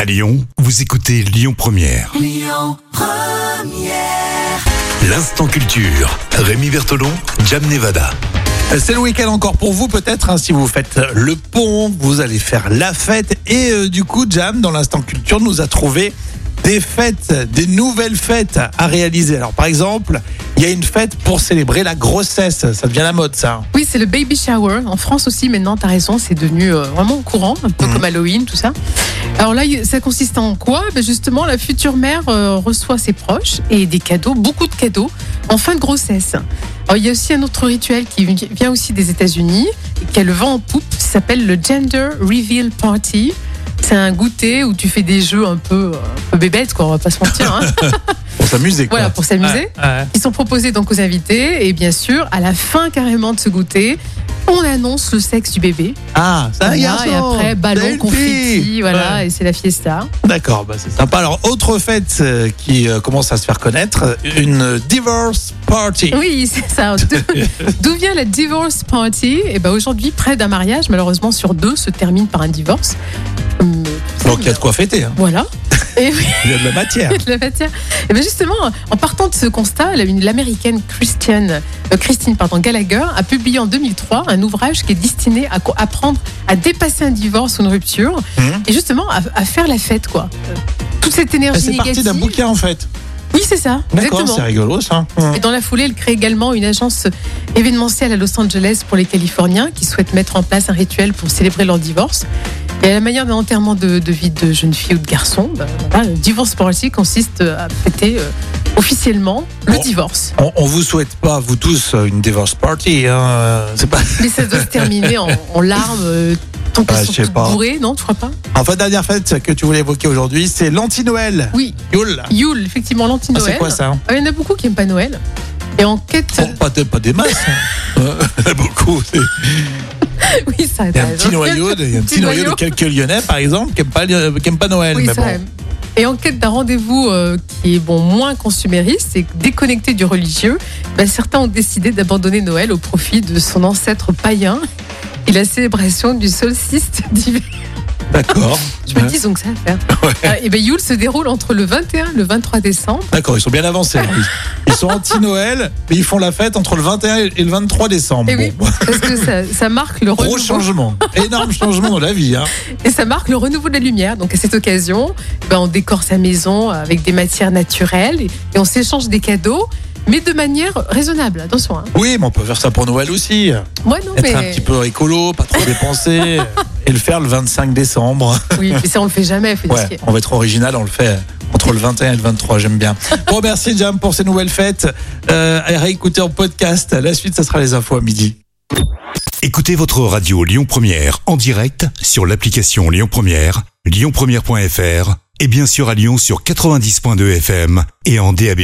À Lyon, vous écoutez Lyon Première. Lyon Première. L'instant culture. Rémi Vertolon, Jam Nevada. C'est le week-end encore pour vous peut-être. hein, si vous faites le pont, vous allez faire la fête. Et euh, du coup, Jam, dans l'instant culture, nous a trouvé des fêtes, des nouvelles fêtes à réaliser. Alors par exemple, il y a une fête pour célébrer la grossesse. Ça devient la mode ça. hein. Oui, c'est le baby shower. En France aussi, maintenant, t'as raison, c'est devenu euh, vraiment courant, un peu Mhm. comme Halloween, tout ça. Alors là, ça consiste en quoi ben Justement, la future mère euh, reçoit ses proches et des cadeaux, beaucoup de cadeaux, en fin de grossesse. Alors, il y a aussi un autre rituel qui vi- vient aussi des États-Unis, et qui a le vent en poupe, ça s'appelle le Gender Reveal Party. C'est un goûter où tu fais des jeux un peu, euh, un peu bébêtes, quoi, on va pas se mentir. hein. Pour s'amuser quoi. voilà, pour s'amuser. Ils sont proposés donc aux invités et bien sûr, à la fin carrément de ce goûter, on annonce le sexe du bébé. Ah, ça Voilà, garçon, et après, t'as ballon, une confetti, fille. voilà, Ouais. et c'est la fiesta. D'accord, bah, c'est sympa. Alors autre fête euh, qui euh, commence à se faire connaître, une divorce party. Oui, c'est ça. D'où- D'où vient la divorce party Et ben aujourd'hui, près d'un mariage, malheureusement sur deux, se termine par un divorce. Hum, Donc il y a de quoi fêter. hein. Voilà. Et oui, Il y a de la matière. de la matière. Et ben justement, en partant de ce constat, la- l'américaine Christiane, euh, Christine pardon, Gallagher a publié en 2003 un ouvrage qui est destiné à co- apprendre à dépasser un divorce ou une rupture Mhm. et justement à, à faire la fête. quoi. Euh, Toute cette Et énergie Eh, C'est parti négative. d'un bouquin en fait. Oui, c'est ça. D'accord, Exactement. c'est rigolo ça. Et dans la foulée, elle crée également une agence événementielle à Los Angeles pour les Californiens qui souhaitent mettre en place un rituel pour célébrer leur divorce. Et à la manière d'un enterrement de, de vie de jeune fille ou de garçon, ben, voilà, le divorce policy consiste à fêter euh, officiellement le Bon. divorce. On, on vous souhaite pas, vous tous, euh, une divorce party. Hein. euh, C'est pas. Mais ça doit se terminer en, en larmes, euh, tant qu'elles Ah, je sont sais toutes pas. bourrées, non, tu crois pas Enfin, dernière fête que tu voulais évoquer aujourd'hui, c'est l'anti-Noël. Oui, Yule. Yule, effectivement, Ah, l'anti-Noël. c'est quoi ça Ah, Il y en a beaucoup qui n'aiment pas Noël. Et en quête... Bon, pas, de- pas des masses. hein. Il y en a beaucoup. Il oui, ça y a t'as un petit raison. noyau, de- il y a un petit Petit noyau de noyau. quelques Lyonnais, par exemple, qui n'aiment pas, euh, qui aiment pas Noël. Oui, mais ça, bon. ouais. Et en quête d'un rendez-vous euh, qui est bon moins consumériste et déconnecté du religieux, ben, certains ont décidé d'abandonner Noël au profit de son ancêtre païen et la célébration du solstice d'hiver. D'accord. Je me dis donc ça à faire. Ah, et ben Yule se déroule entre le 21 et le 23 décembre. D'accord, ils sont bien avancés. en plus. Ils sont anti-Noël, mais ils font la fête entre le 21 et le 23 décembre. Et Eh oui, Bon, parce que ça, ça marque le Gros renouveau, changement, énorme changement dans la vie. Hein. et ça marque le renouveau de la lumière. Donc à cette occasion, ben, on décore sa maison avec des matières naturelles et, et on s'échange des cadeaux, mais de manière raisonnable. Attention. Hein. Oui, mais on peut faire ça pour Noël aussi. Moi non, Être mais un petit peu écolo, pas trop dépenser, et le faire le 25 décembre. Oui, mais ça, on le fait jamais. faut Ouais, dire. on va être original, on le fait entre le 21 et le 23, j'aime bien. Bon, merci Jam pour ces nouvelles fêtes. Euh, à réécouter en podcast. La suite, ça sera les infos à midi. Écoutez votre radio Lyon Première en direct sur l'application Lyon Première, lyonpremière.fr et bien sûr à Lyon sur 90.2 FM et en DAB+.